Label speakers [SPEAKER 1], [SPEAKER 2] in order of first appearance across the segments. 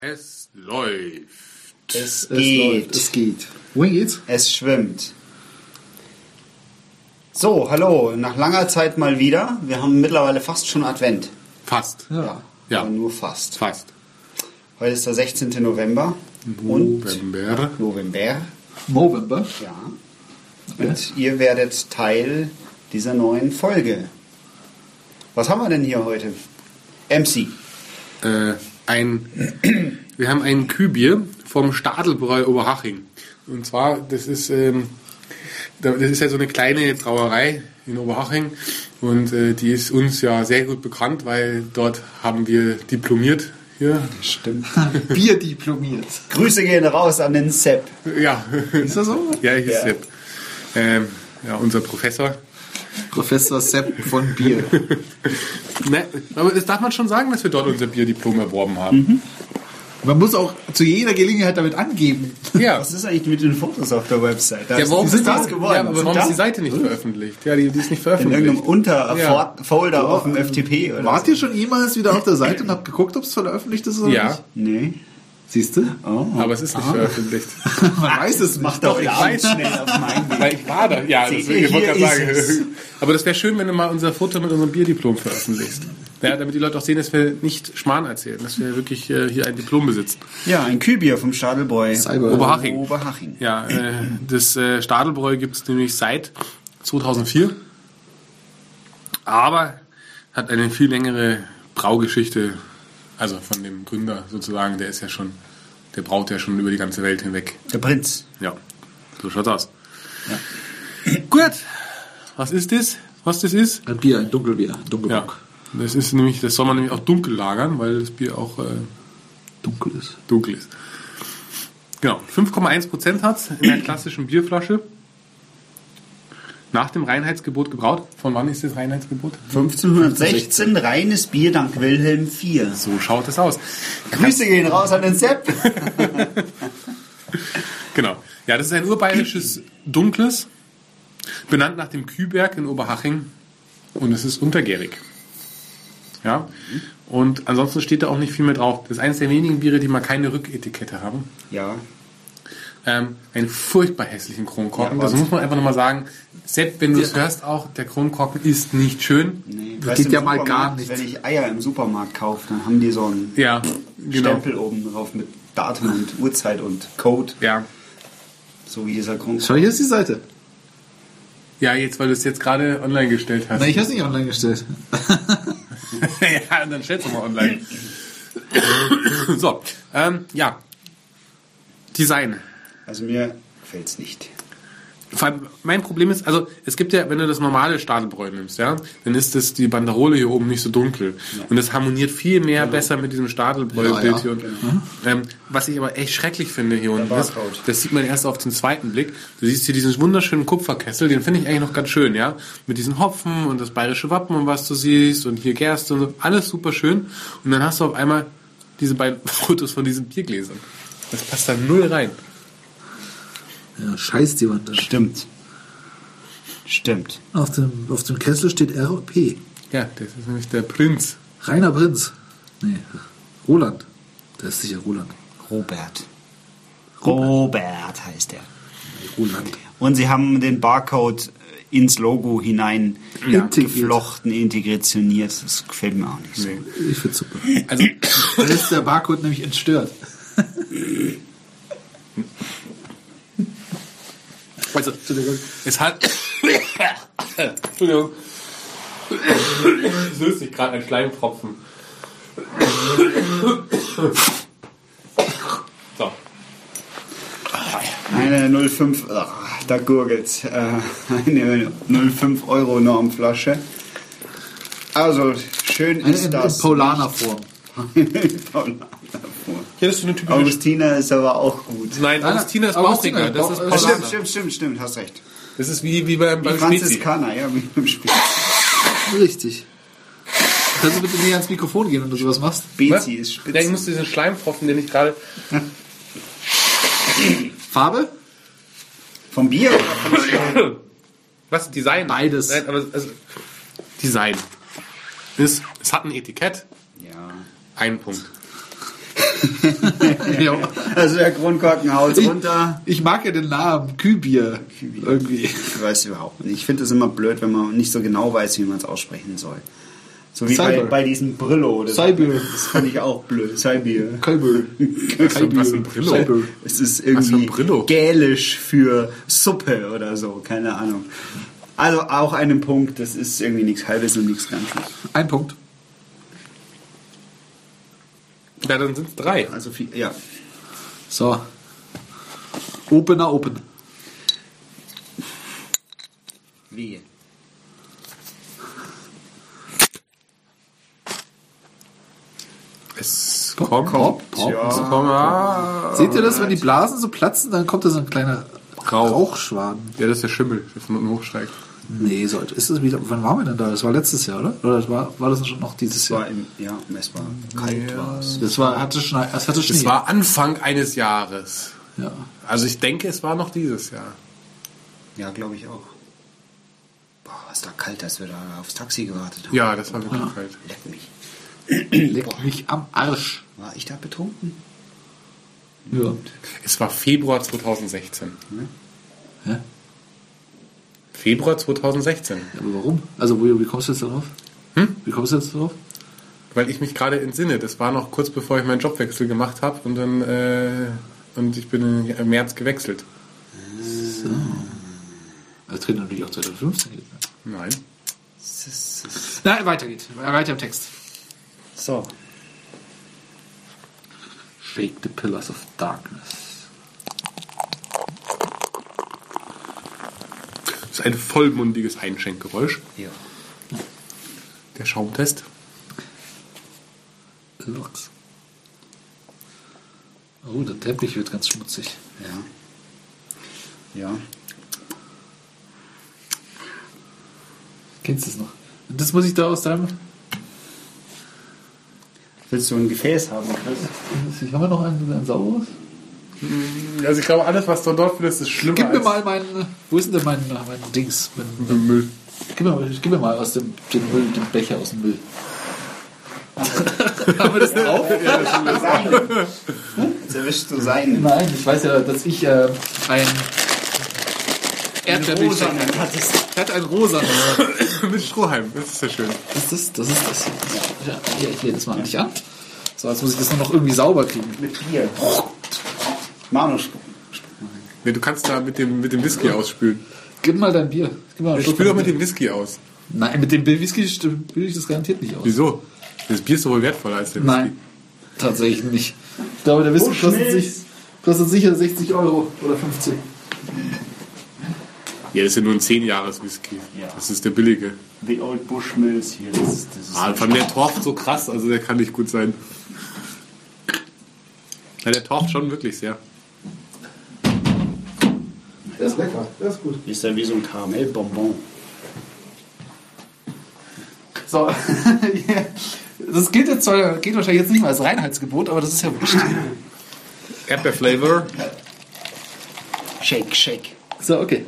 [SPEAKER 1] Es läuft.
[SPEAKER 2] Es,
[SPEAKER 3] Es
[SPEAKER 2] geht.
[SPEAKER 3] läuft, es geht. Wohin geht's?
[SPEAKER 2] Es schwimmt. So, hallo. Nach langer Zeit mal wieder. Wir haben mittlerweile fast schon Advent.
[SPEAKER 1] Fast. Ja.
[SPEAKER 2] Aber nur fast.
[SPEAKER 1] Fast.
[SPEAKER 2] Heute ist der 16. November. Und
[SPEAKER 1] November.
[SPEAKER 2] November.
[SPEAKER 3] November.
[SPEAKER 2] Ja. Und ihr werdet Teil dieser neuen Folge. Was haben wir denn hier heute? MC.
[SPEAKER 1] Äh, ein, wir haben einen Kübier vom Stadelbräu Oberhaching. Und zwar, das ist, ähm, da- das ist ja so eine kleine Brauerei in Oberhaching. Und äh, die ist uns ja sehr gut bekannt, weil dort haben wir diplomiert hier.
[SPEAKER 2] Stimmt.
[SPEAKER 3] Bier diplomiert.
[SPEAKER 2] Grüße gehen raus an den Sepp.
[SPEAKER 1] Ja,
[SPEAKER 3] Ist das so?
[SPEAKER 1] ja, ich ist
[SPEAKER 2] Ja.
[SPEAKER 1] Sepp. Ähm, ja, unser Professor.
[SPEAKER 3] Professor Sepp von Bier.
[SPEAKER 1] Ne, aber das darf man schon sagen, dass wir dort unser Bierdiplom erworben haben.
[SPEAKER 3] Man muss auch zu jeder Gelegenheit damit angeben.
[SPEAKER 1] Ja.
[SPEAKER 2] Was ist eigentlich mit den Fotos auf der Website? Da
[SPEAKER 1] Ja,
[SPEAKER 2] ist-
[SPEAKER 1] warum
[SPEAKER 2] sind
[SPEAKER 1] ist
[SPEAKER 2] das
[SPEAKER 1] das geworden?
[SPEAKER 2] geworden?
[SPEAKER 1] Ja, aber
[SPEAKER 2] Sind
[SPEAKER 1] warum ist
[SPEAKER 2] da?
[SPEAKER 1] die Seite nicht veröffentlicht? Ja, die, die ist nicht
[SPEAKER 2] In irgendeinem
[SPEAKER 1] veröffentlicht. Ja.
[SPEAKER 2] Unterfolder auf dem FTP oder
[SPEAKER 3] Wart ihr schon jemals wieder auf der Seite und habt geguckt, ob es veröffentlicht ist oder
[SPEAKER 1] Ja,
[SPEAKER 3] nicht?
[SPEAKER 2] Nee.
[SPEAKER 3] Siehst du?
[SPEAKER 2] Oh.
[SPEAKER 1] aber es ist nicht veröffentlicht.
[SPEAKER 3] Man weiß es, macht doch
[SPEAKER 2] ich
[SPEAKER 3] ja.
[SPEAKER 2] weiß schnell auf meinen Weg.
[SPEAKER 1] Weil ich war da. Ja,
[SPEAKER 2] Seht
[SPEAKER 1] deswegen,
[SPEAKER 2] ihr,
[SPEAKER 1] ich wollte gerade
[SPEAKER 2] hier
[SPEAKER 1] sagen.
[SPEAKER 2] ist es.
[SPEAKER 1] Aber das wäre schön, wenn du mal unser Foto mit unserem Bierdiplom veröffentlichst. Ja, damit die Leute auch sehen, dass wir nicht Schmarrn erzählen, dass wir wirklich äh, hier ein Diplom besitzen.
[SPEAKER 2] Ja, ein Kübier vom Stadelbräu.
[SPEAKER 3] Cyber.
[SPEAKER 1] Oberhaching.
[SPEAKER 2] Äh, Oberhaching.
[SPEAKER 1] Ja, äh, das äh, Stadelbräu gibt es nämlich seit 2004. Aber hat eine viel längere Braugeschichte, also von dem Gründer sozusagen, der ist ja schon, der braut ja schon über die ganze Welt hinweg.
[SPEAKER 2] Der Prinz.
[SPEAKER 1] Ja, so schaut's aus. Gut, was ist das? Was das ist?
[SPEAKER 3] Ein Bier, ein Dunkelbier,
[SPEAKER 1] Ja,
[SPEAKER 3] Dunkelbock.
[SPEAKER 1] das ist nämlich, das soll man nämlich auch dunkel lagern, weil das Bier auch äh,
[SPEAKER 3] Dunkel ist.
[SPEAKER 1] dunkel ist. Genau, 5,1% hat es in der klassischen Bierflasche. Nach dem Reinheitsgebot gebraut. Von wann ist das Reinheitsgebot?
[SPEAKER 2] 1516, reines Bier dank Wilhelm IV.
[SPEAKER 1] So schaut es aus.
[SPEAKER 2] Grüße gehen raus an den Sepp.
[SPEAKER 1] Genau. Ja, das ist ein urbayerisches Dunkles, benannt nach dem Kühberg in Oberhaching. Und es ist untergärig. Ja. Und ansonsten steht da auch nicht viel mehr drauf. Das ist eines der wenigen Biere, die mal keine Rücketikette haben.
[SPEAKER 2] Ja.
[SPEAKER 1] Ähm, einen furchtbar hässlichen Kronkorken.
[SPEAKER 2] Ja,
[SPEAKER 1] das
[SPEAKER 2] Wahnsinn.
[SPEAKER 1] muss man einfach nochmal sagen. Sepp, wenn du es hörst, auch der Kronkorken ist nicht schön.
[SPEAKER 2] Nee,
[SPEAKER 3] Das
[SPEAKER 2] weißt
[SPEAKER 3] geht
[SPEAKER 2] du, im
[SPEAKER 3] ja mal gar
[SPEAKER 2] Supermarkt,
[SPEAKER 3] nicht.
[SPEAKER 2] Wenn ich Eier im Supermarkt kaufe, dann haben die so einen
[SPEAKER 1] Ja, genau.
[SPEAKER 2] Stempel oben drauf mit Datum und Uhrzeit und Code.
[SPEAKER 1] Ja.
[SPEAKER 2] So wie dieser Grund.
[SPEAKER 3] Schau, hier ist die Seite.
[SPEAKER 1] ja, jetzt, weil du es jetzt gerade online gestellt hast.
[SPEAKER 3] Nein, ich habe es nicht online gestellt.
[SPEAKER 1] ja, dann stellst du mal online. so, ähm, ja. Design.
[SPEAKER 2] Also mir gefällt es nicht.
[SPEAKER 1] Vor allem, mein Problem ist, also es gibt ja, wenn du das normale Stadelbräu nimmst, ja, dann ist das, die Banderole hier oben nicht so dunkel. Und das harmoniert viel mehr besser mit diesem Stadelbräu-Bild
[SPEAKER 3] Ja, ja. Mhm.
[SPEAKER 1] hier. Und, ähm, was ich aber echt schrecklich finde hier unten ist,
[SPEAKER 2] Barcode.
[SPEAKER 1] das sieht man erst auf den zweiten Blick. Du siehst hier diesen wunderschönen Kupferkessel, den finde ich eigentlich noch ganz schön, ja. Mit diesen Hopfen und das bayerische Wappen und was du siehst und hier Gerste und so, alles super schön. Und dann hast du auf einmal diese beiden Fotos von diesen Biergläsern. Das passt da null rein.
[SPEAKER 3] Ja, scheiß die Wand. an.
[SPEAKER 2] Stimmt. Stimmt.
[SPEAKER 3] Auf dem, auf dem Kessel steht RP.
[SPEAKER 1] Ja, das ist nämlich der Prinz.
[SPEAKER 3] Rainer Prinz. Nee, Roland. Da ist sicher Roland.
[SPEAKER 2] Robert. Robert heißt er.
[SPEAKER 3] Roland.
[SPEAKER 2] Und sie haben den Barcode äh, ins Logo hinein
[SPEAKER 3] Ja.
[SPEAKER 2] geflochten, integrationiert. Das gefällt mir auch nicht so.
[SPEAKER 3] Ich find's super.
[SPEAKER 1] Also,
[SPEAKER 3] Dann ist der Barcode nämlich entstört.
[SPEAKER 1] also es hat. Entschuldigung. Es löst sich gerade ein Schleimtropfen. So.
[SPEAKER 2] Eine 05, ach, da gurgelt's, äh, eine 05 Euro Normflasche. Also, schön
[SPEAKER 3] In,
[SPEAKER 2] ist
[SPEAKER 3] in, in
[SPEAKER 2] das.
[SPEAKER 3] Paulaner Form.
[SPEAKER 2] Paulaner.
[SPEAKER 1] Hier ist so eine typische.
[SPEAKER 2] Augustina ist aber auch gut. Oh,
[SPEAKER 1] Nein, Augustina ist
[SPEAKER 3] Augustina,
[SPEAKER 1] Bauchiger. Das ist
[SPEAKER 3] Bauch-
[SPEAKER 2] Stimmt,
[SPEAKER 1] Paulaner.
[SPEAKER 2] stimmt, stimmt, stimmt, hast recht.
[SPEAKER 1] Das ist wie, wie beim,
[SPEAKER 2] Die
[SPEAKER 1] beim Spezi.
[SPEAKER 2] Franziskaner, ja, wie im Spiel.
[SPEAKER 3] Richtig. Kannst du bitte näher ans Mikrofon gehen, wenn du sowas machst?
[SPEAKER 1] Was?
[SPEAKER 2] Spezi
[SPEAKER 1] Ja, ich
[SPEAKER 2] ist spitze.
[SPEAKER 1] muss diesen Schleimtropfen, den ich gerade.
[SPEAKER 3] Farbe?
[SPEAKER 2] Vom Bier oder vom
[SPEAKER 1] Was? Design?
[SPEAKER 3] Beides.
[SPEAKER 1] Nein, aber, also, Design. Es, es hat ein Etikett.
[SPEAKER 2] Ja.
[SPEAKER 1] Ein Punkt.
[SPEAKER 3] ja.
[SPEAKER 2] Also der Kronkorken haut
[SPEAKER 3] Ich,
[SPEAKER 2] runter.
[SPEAKER 3] ich mag ja den Namen, Kübier.
[SPEAKER 2] Kübier.
[SPEAKER 3] Irgendwie.
[SPEAKER 2] Ich weiß überhaupt nicht. Ich finde es immer blöd, wenn man nicht so genau weiß, wie man es aussprechen soll. So wie bei,
[SPEAKER 3] Cyber.
[SPEAKER 2] bei diesem Brillo. Das,
[SPEAKER 3] Cyber.
[SPEAKER 2] das fand ich auch blöd. Cyber.
[SPEAKER 3] Kölbel.
[SPEAKER 1] was für ein Brillo?
[SPEAKER 3] Kölbel.
[SPEAKER 2] Es ist
[SPEAKER 1] für ein
[SPEAKER 2] irgendwie
[SPEAKER 1] Brillo?
[SPEAKER 2] gälisch für Suppe oder so. Keine Ahnung. Also auch einen Punkt, das ist irgendwie nichts Halbes und nichts Ganzes.
[SPEAKER 3] Ein Punkt.
[SPEAKER 1] Ja, dann sind es drei.
[SPEAKER 2] Also viel, ja.
[SPEAKER 3] So. Opener Open.
[SPEAKER 2] Wie?
[SPEAKER 1] Es
[SPEAKER 3] Pop,
[SPEAKER 1] kommt.
[SPEAKER 3] Pop, Pop.
[SPEAKER 1] Es
[SPEAKER 2] Tja.
[SPEAKER 1] kommt. Ah.
[SPEAKER 3] Seht ihr das, wenn die Blasen so platzen, dann kommt da so ein kleiner
[SPEAKER 1] Rauch.
[SPEAKER 3] Rauchschwaden.
[SPEAKER 1] Ja, das ist der Schimmel, der von unten hochsteigt.
[SPEAKER 3] Nee, sollte. Ist das wieder. Wann waren wir denn da? Das war letztes Jahr, oder? Oder das war, war das schon noch dieses
[SPEAKER 2] Es
[SPEAKER 3] Jahr?
[SPEAKER 2] war im, ja, es war kalt war es.
[SPEAKER 3] Das war, hatte Schnee. Es hatte Schnee.
[SPEAKER 1] Es war Anfang eines Jahres.
[SPEAKER 3] ja.
[SPEAKER 1] Also ich denke, es war noch dieses Jahr.
[SPEAKER 2] Ja, glaube ich auch. Boah, was da kalt, als wir da aufs Taxi gewartet haben.
[SPEAKER 1] Ja, das war wirklich kalt.
[SPEAKER 2] Leck mich.
[SPEAKER 3] Leck mich am Arsch.
[SPEAKER 2] War ich da betrunken?
[SPEAKER 3] Ja.
[SPEAKER 1] Es war Februar 2016.
[SPEAKER 3] Hä?
[SPEAKER 1] Februar 2016.
[SPEAKER 3] Aber warum? Also, wie, wie kommst du jetzt darauf? Hm? Wie kommst du jetzt darauf?
[SPEAKER 1] Weil ich mich gerade entsinne, das war noch kurz bevor ich meinen Jobwechsel gemacht habe und dann äh, und ich bin im März gewechselt.
[SPEAKER 3] Das tritt Also, natürlich auch 2015 jetzt. ne?
[SPEAKER 1] Nein.
[SPEAKER 3] Nein, weiter geht. Weiter im Text.
[SPEAKER 2] So.
[SPEAKER 3] Shake the pillars of darkness.
[SPEAKER 1] Das ist ein vollmundiges Einschenkgeräusch.
[SPEAKER 2] Ja.
[SPEAKER 1] Der Schaumtest.
[SPEAKER 3] Locks. Oh, der Teppich wird ganz schmutzig.
[SPEAKER 2] Ja. Ja.
[SPEAKER 3] Kennst du es noch? Das muss ich da aus deinem.
[SPEAKER 2] Willst du ein Gefäß haben, Chris?
[SPEAKER 3] Haben wir noch ein, ein sauberes?
[SPEAKER 1] Also ich glaube, alles, was du dort findest, ist schlimmer
[SPEAKER 3] Gib mir
[SPEAKER 1] als
[SPEAKER 3] mal meinen. Wo ist denn denn mein, mein Dings? Mein,
[SPEAKER 1] Müll.
[SPEAKER 3] gib, mir, mal- gib mir mal aus dem den Müll, den Becher aus dem Müll. Haben wir das denn auch?
[SPEAKER 2] Jetzt erwischst du seinen.
[SPEAKER 3] Nein, ich weiß ja, dass ich äh, ein Erdbeermilchshake.
[SPEAKER 2] hattest.
[SPEAKER 3] Er hat ein rosa.
[SPEAKER 1] Mit Strohhalm. Das ist ja schön.
[SPEAKER 3] Das ist das. Ist das. Ja, hier, hier, das mache ich an. So, jetzt muss ich das nur noch irgendwie sauber kriegen.
[SPEAKER 2] Mit Bier. Manus.
[SPEAKER 1] Nee, du kannst da mit dem, mit dem Whisky ausspülen.
[SPEAKER 3] Gib mal dein Bier. Gib mal einen
[SPEAKER 1] Ich
[SPEAKER 3] Schluck
[SPEAKER 1] spül doch
[SPEAKER 3] von
[SPEAKER 1] mit
[SPEAKER 3] deinem
[SPEAKER 1] dem Whisky aus.
[SPEAKER 3] Bier. Nein, mit dem Bier Whisky spüle ich das garantiert nicht aus.
[SPEAKER 1] Wieso? Das Bier ist doch wohl wertvoller als der Whisky.
[SPEAKER 3] Nein, tatsächlich nicht. Ich glaube, der Whisky
[SPEAKER 2] Oh,
[SPEAKER 3] kostet,
[SPEAKER 2] schnell.
[SPEAKER 3] sich, kostet sicher 60 Euro oder 50.
[SPEAKER 1] Ja, das ist ja nur ein 10-Jahres-Whisky.
[SPEAKER 2] Ja.
[SPEAKER 1] Das ist der billige.
[SPEAKER 2] The Old Bushmills hier. Das ist, das ist
[SPEAKER 1] Ah, vor allem der torft so krass, also der kann nicht gut sein. Ja, der torft schon wirklich sehr.
[SPEAKER 3] Der ist lecker, der ist gut.
[SPEAKER 2] ist ja wie so ein Karamellbonbon.
[SPEAKER 3] So, das gilt jetzt zwar, geht wahrscheinlich jetzt nicht mehr als Reinheitsgebot, aber das ist ja wurscht.
[SPEAKER 1] Erdbeerflavor.
[SPEAKER 2] Shake, shake.
[SPEAKER 3] So, okay.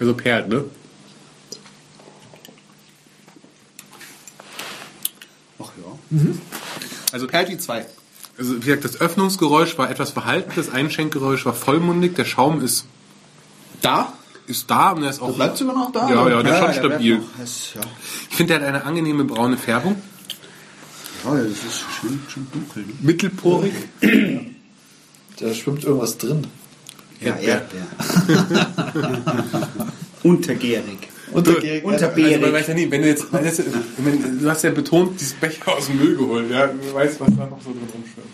[SPEAKER 1] Also Perlt, ne?
[SPEAKER 2] Ach ja.
[SPEAKER 1] Also,
[SPEAKER 3] Perti 2.
[SPEAKER 1] also wie gesagt, das Öffnungsgeräusch war etwas verhalten, das Einschenkgeräusch war vollmundig, der Schaum ist,
[SPEAKER 3] Da?
[SPEAKER 1] ist da und er ist auch.
[SPEAKER 3] Bleibt sogar noch da?
[SPEAKER 1] ja, ja, der ist schon
[SPEAKER 2] der bleibt
[SPEAKER 1] stabil.
[SPEAKER 2] noch. Das, ja.
[SPEAKER 1] Ich finde, der hat eine angenehme braune Färbung.
[SPEAKER 2] ja, das ist schön, schön dunkel. Ne?
[SPEAKER 1] Mittelporig.
[SPEAKER 3] Da schwimmt irgendwas drin.
[SPEAKER 2] Ja,
[SPEAKER 1] Erdbeer.
[SPEAKER 2] Erdbeer. Untergärig.
[SPEAKER 3] Untergärig.
[SPEAKER 2] Unterbeerig.
[SPEAKER 1] Also, weil ich ja nie, wenn du jetzt, weißt du, wenn- du hast ja betont, dieses Becher aus dem Müll geholt, ja, du weißt, was da noch so drin rumschwimmt.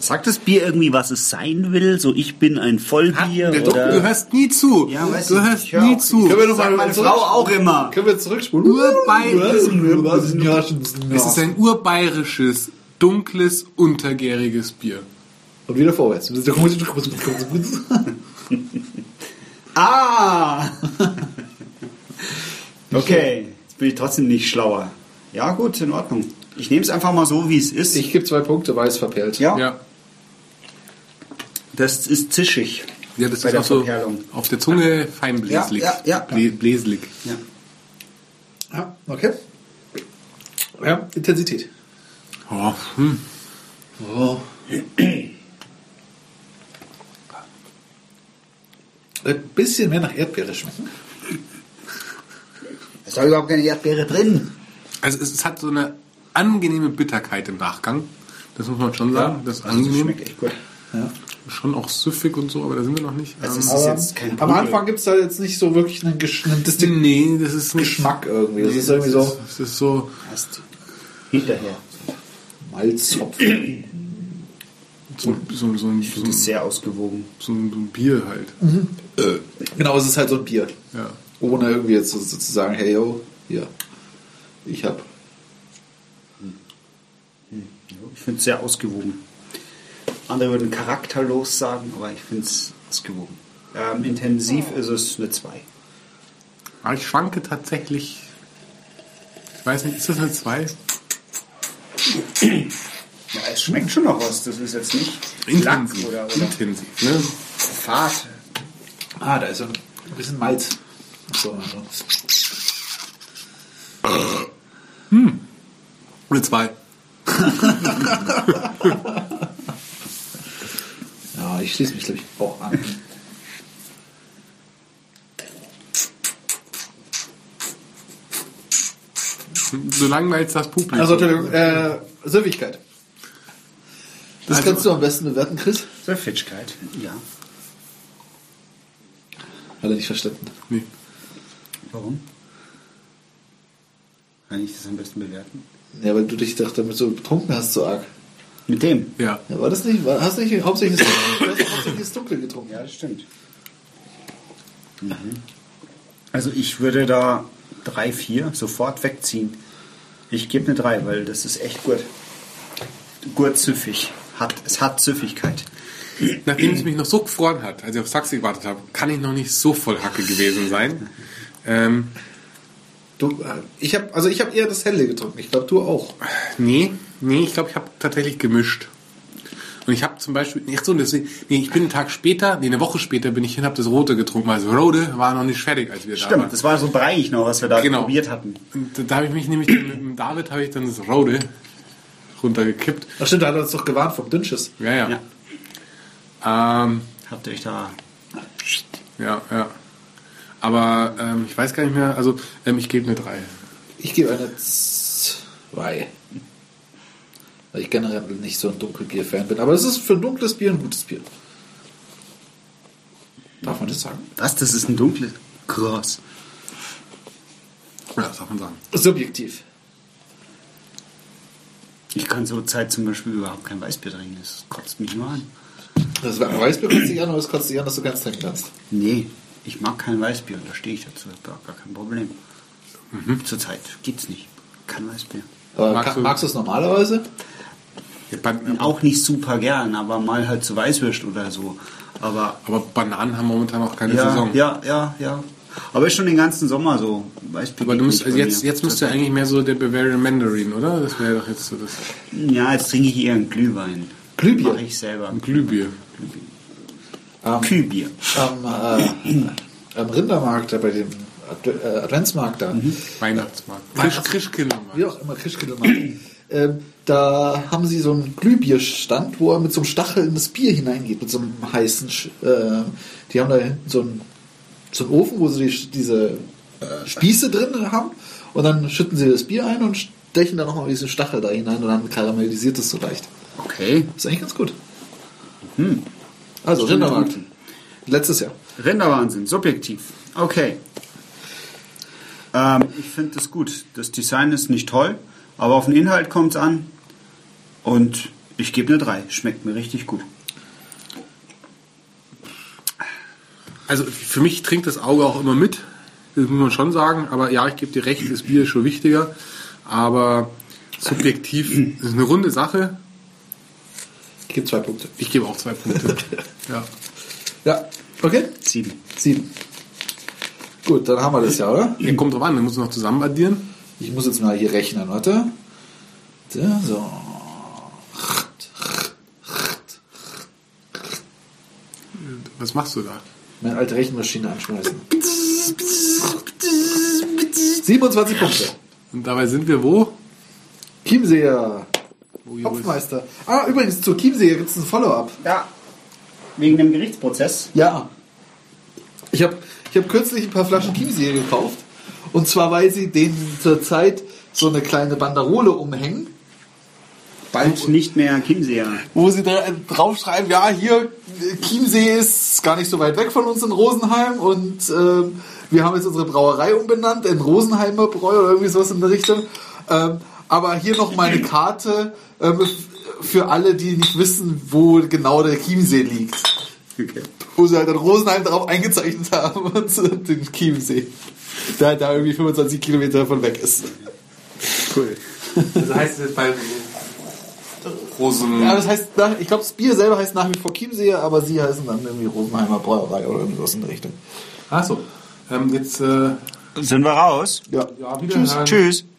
[SPEAKER 4] Sagt das Bier irgendwie, was es sein will? So, ich bin ein Vollbier
[SPEAKER 1] Ja, doch, du
[SPEAKER 4] oder...
[SPEAKER 1] hörst nie zu.
[SPEAKER 2] Ja, weiß
[SPEAKER 1] du
[SPEAKER 2] ich,
[SPEAKER 1] hörst
[SPEAKER 2] ich hör
[SPEAKER 1] nie
[SPEAKER 2] auch.
[SPEAKER 1] zu.
[SPEAKER 3] Können wir noch mal
[SPEAKER 2] Sagt meine
[SPEAKER 3] zurück-
[SPEAKER 2] Frau auch immer.
[SPEAKER 3] Können wir zurückspulen?
[SPEAKER 1] Es ist ein urbayerisches, dunkles, untergäriges Bier.
[SPEAKER 3] Und wieder vorwärts.
[SPEAKER 2] Ah! okay, jetzt bin ich trotzdem nicht schlauer. Ja, gut, in Ordnung. Ich nehme es einfach mal so, wie es ist.
[SPEAKER 3] Ich gebe zwei Punkte, weil es verperlt.
[SPEAKER 2] ja,
[SPEAKER 1] Ja.
[SPEAKER 2] das ist zischig.
[SPEAKER 1] Ja, das
[SPEAKER 2] Bei
[SPEAKER 1] ist
[SPEAKER 2] der
[SPEAKER 1] auch so
[SPEAKER 2] Verperlung.
[SPEAKER 1] auf der Zunge feinbläselig.
[SPEAKER 2] Ja, ja, ja.
[SPEAKER 1] Blä- Bläselig.
[SPEAKER 2] Ja.
[SPEAKER 3] Ja, okay.
[SPEAKER 1] Ja.
[SPEAKER 3] Intensität.
[SPEAKER 1] Oh, hm.
[SPEAKER 3] Oh. Ein bisschen mehr nach Erdbeere schmecken.
[SPEAKER 2] Da ist doch überhaupt keine Erdbeere drin.
[SPEAKER 1] Also es, es hat so eine angenehme Bitterkeit im Nachgang. Das muss man schon sagen. das ist
[SPEAKER 2] Also, Das
[SPEAKER 1] angenehm.
[SPEAKER 2] schmeckt echt gut.
[SPEAKER 3] Ja.
[SPEAKER 1] Schon auch süffig und so, aber da sind wir noch nicht.
[SPEAKER 2] Es
[SPEAKER 1] Ähm,
[SPEAKER 2] ist-
[SPEAKER 3] Aber
[SPEAKER 2] jetzt kein
[SPEAKER 3] am
[SPEAKER 2] Brühe.
[SPEAKER 3] Anfang gibt es da jetzt nicht so wirklich einen, Gesch einen distinkten
[SPEAKER 1] nee, das ist ein
[SPEAKER 3] Geschmack irgendwie. Das
[SPEAKER 1] Nee,
[SPEAKER 3] ist irgendwie so
[SPEAKER 1] Es ist so.
[SPEAKER 2] Erst hinterher.
[SPEAKER 3] Malzopfen.
[SPEAKER 1] So, so, so, ein- so,
[SPEAKER 2] Das ist
[SPEAKER 1] ein-
[SPEAKER 2] sehr ausgewogen.
[SPEAKER 1] so ein so ein Bier halt.
[SPEAKER 3] Mhm. Genau, es ist halt so ein Bier.
[SPEAKER 1] Ja.
[SPEAKER 3] Ohne irgendwie jetzt so- so zu sagen, hey yo, hier, ich hab.
[SPEAKER 2] Ich finde es sehr ausgewogen. Andere würden charakterlos sagen, aber ich finde es ausgewogen. Ähm, intensiv ist es eine 2.
[SPEAKER 1] Aber ich schwanke tatsächlich. Ich weiß nicht, ist das eine 2?
[SPEAKER 2] Ja, es schmeckt schon noch was. Das ist jetzt nicht Lack
[SPEAKER 1] Intensiv.
[SPEAKER 2] oder, oder
[SPEAKER 1] Intensiv, ne?
[SPEAKER 2] Fahrt.
[SPEAKER 3] Ah, da ist so ein bisschen Malz. So, also.
[SPEAKER 1] Eine 2.
[SPEAKER 3] Ja, ich schließe mich, glaube ich, auch an.
[SPEAKER 1] So langweilt das Publikum.
[SPEAKER 3] Also, Entschuldigung, äh, Süffigkeit. Das
[SPEAKER 1] Also-
[SPEAKER 3] kannst du am besten bewerten, Chris.
[SPEAKER 2] Süffigkeit. Ja.
[SPEAKER 3] Hat er nicht verstanden.
[SPEAKER 1] nee.
[SPEAKER 2] Warum? Kann ich das am besten bewerten?
[SPEAKER 3] Ja, weil du dich doch damit so betrunken hast, so arg.
[SPEAKER 2] Mit dem?
[SPEAKER 1] Ja.
[SPEAKER 3] Ja, war das nicht, war, hast du nicht hauptsächlich das, du hast hauptsächlich das Dunkle getrunken?
[SPEAKER 2] Ja, das stimmt. Mhm. Also ich würde da 3, 4 sofort wegziehen. Ich gebe eine 3, weil das ist echt gut. Gut süffig. Hat, es hat Süffigkeit.
[SPEAKER 1] Nachdem es mich noch so gefroren hat, als ich auf Saxi gewartet habe, kann ich noch nicht so voll Hacke gewesen sein. Ähm,
[SPEAKER 3] Du, äh, ich habe also ich habe eher das Helle getrunken. Ich glaube, du auch.
[SPEAKER 1] nee, nee, ich glaube, ich habe tatsächlich gemischt. Und ich habe zum Beispiel, echt so, und deswegen, nee, ich bin einen Tag später, nee, eine Woche später bin ich hin, habe das Rote getrunken, weil das Rote war noch nicht fertig, als wir da waren.
[SPEAKER 2] Stimmt, das war so breiig noch, was wir da
[SPEAKER 1] Genau.
[SPEAKER 2] probiert hatten.
[SPEAKER 1] Und da habe ich mich nämlich mit dem David habe ich dann das Rode runtergekippt.
[SPEAKER 3] Ach stimmt, da hat er uns doch gewarnt vom Dünnschiss.
[SPEAKER 1] Ja, ja. Ja, ähm,
[SPEAKER 2] Habt ihr euch da...
[SPEAKER 1] ja, ja. Aber ähm, ich weiß gar nicht mehr, also ähm, ich gebe eine 3.
[SPEAKER 3] Ich gebe eine 2. Weil ich generell nicht so ein Dunkelbier-Fan bin. Aber es ist für ein dunkles Bier ein gutes Bier. Darf man das sagen?
[SPEAKER 2] Was, das ist ein dunkles... Gross.
[SPEAKER 1] Ja, das darf man sagen.
[SPEAKER 3] Subjektiv.
[SPEAKER 2] Ich kann so Zeit zum Beispiel überhaupt kein Weißbier trinken. Das kotzt mich nur an.
[SPEAKER 3] Das Weißbier kotzt dich an, aber es kotzt dich an, dass du ganz trinken kannst.
[SPEAKER 2] Nee, ich mag kein Weißbier und da stehe ich dazu. Ich hab gar kein Problem.
[SPEAKER 1] Mhm.
[SPEAKER 2] Zurzeit geht's nicht. Kein Weißbier.
[SPEAKER 3] Aber
[SPEAKER 1] Magst
[SPEAKER 3] magst,
[SPEAKER 1] du-
[SPEAKER 3] du, magst du es normalerweise?
[SPEAKER 1] Ja, Ban
[SPEAKER 2] Auch nicht super gern, aber mal halt zu Weißwürst oder so. Aber
[SPEAKER 1] aber Bananen haben momentan auch keine
[SPEAKER 2] ja,
[SPEAKER 1] Saison.
[SPEAKER 2] ja, ja, ja. Aber ist schon den ganzen Sommer so. Weißbier
[SPEAKER 1] Aber du
[SPEAKER 2] geht
[SPEAKER 1] musst,
[SPEAKER 2] nicht
[SPEAKER 1] also
[SPEAKER 2] bei
[SPEAKER 1] jetzt,
[SPEAKER 2] mir.
[SPEAKER 1] jetzt müsste ja eigentlich mehr so der Bavarian Mandarin, oder? Das wäre doch jetzt so das
[SPEAKER 2] Ja, jetzt trinke ich eher einen Glühwein.
[SPEAKER 3] Glühbier?
[SPEAKER 2] Mache ich selber.
[SPEAKER 1] ein Glühbier. Ah.
[SPEAKER 3] Am,
[SPEAKER 2] Kühlbier.
[SPEAKER 3] am, äh, am Rindermarkt, da bei dem Ad äh, Adventsmarkt da.
[SPEAKER 1] Weihnachtsmarkt. Krisch, Krischkindermarkt.
[SPEAKER 3] wie auch immer, Krischkittelmann. ähm, da haben sie so einen Glühbierstand, wo er mit so einem Stachel in das Bier hineingeht, mit so einem heißen. Sch äh, die haben da hinten so einen, so einen Ofen, wo sie die, diese äh, Spieße drin haben und dann schütten sie das Bier ein und stechen dann nochmal diesen Stachel da hinein und dann karamellisiert es so leicht.
[SPEAKER 2] Okay.
[SPEAKER 3] Ist eigentlich ganz gut. Also, Rindermarkt. Letztes Jahr.
[SPEAKER 2] Rinderwahnsinn, subjektiv. Okay. Ähm, ich finde das gut. Das Design ist nicht toll, aber auf den Inhalt kommt es an. Und ich gebe eine 3. Schmeckt mir richtig gut.
[SPEAKER 1] Also für mich trinkt das Auge auch immer mit, das muss man schon sagen. Aber ja, ich gebe dir recht, das Bier ist schon wichtiger. Aber subjektiv ist eine runde Sache.
[SPEAKER 3] Ich gebe zwei Punkte.
[SPEAKER 1] Ich gebe auch zwei Punkte. ja.
[SPEAKER 3] Ja. Okay?
[SPEAKER 2] 7.
[SPEAKER 3] Sieben. Gut, dann haben wir das ja, oder?
[SPEAKER 1] Ja, kommt drauf an, dann muss man noch zusammen addieren.
[SPEAKER 3] Ich muss jetzt mal hier rechnen, warte. Da, So.
[SPEAKER 1] Was machst du da?
[SPEAKER 3] Meine alte Rechenmaschine anschmeißen. 27 Punkte.
[SPEAKER 1] Und dabei sind wir wo?
[SPEAKER 3] Chiemseer. Kopfmeister. Ah, übrigens, zur Chiemseer gibt es ein Follow-up.
[SPEAKER 2] Ja. Wegen dem Gerichtsprozess.
[SPEAKER 3] Ja. Ich habe ich hab kürzlich ein paar Flaschen Chiemseer gekauft. Und zwar, weil sie denen zurzeit so eine kleine Banderole umhängen.
[SPEAKER 2] Bald nicht mehr Chiemseer.
[SPEAKER 3] wo sie da draufschreiben, ja, hier, Chiemsee ist gar nicht so weit weg von uns in Rosenheim und ähm, wir haben jetzt unsere Brauerei umbenannt in Rosenheimer Bräu oder irgendwie sowas in der Richtung. Ähm, aber hier noch mal eine Karte ähm, f- für alle, die nicht wissen, wo genau der Chiemsee liegt.
[SPEAKER 2] Okay.
[SPEAKER 3] Wo sie halt in Rosenheim drauf eingezeichnet haben und so den Chiemsee. Der halt da irgendwie 25 Kilometer von weg ist.
[SPEAKER 1] Cool. Das heißt jetzt bei Rosen.
[SPEAKER 3] Ja, das heißt, nach- ich glaube, das Bier selber heißt nach wie vor Chiemsee, aber sie heißen dann irgendwie Rosenheimer Brauerei oder irgendwas in der Richtung.
[SPEAKER 1] Achso. Ähm, jetzt äh,
[SPEAKER 4] Sind wir raus?
[SPEAKER 3] Ja.
[SPEAKER 1] ja, wieder
[SPEAKER 4] Tschüss. Tschüss.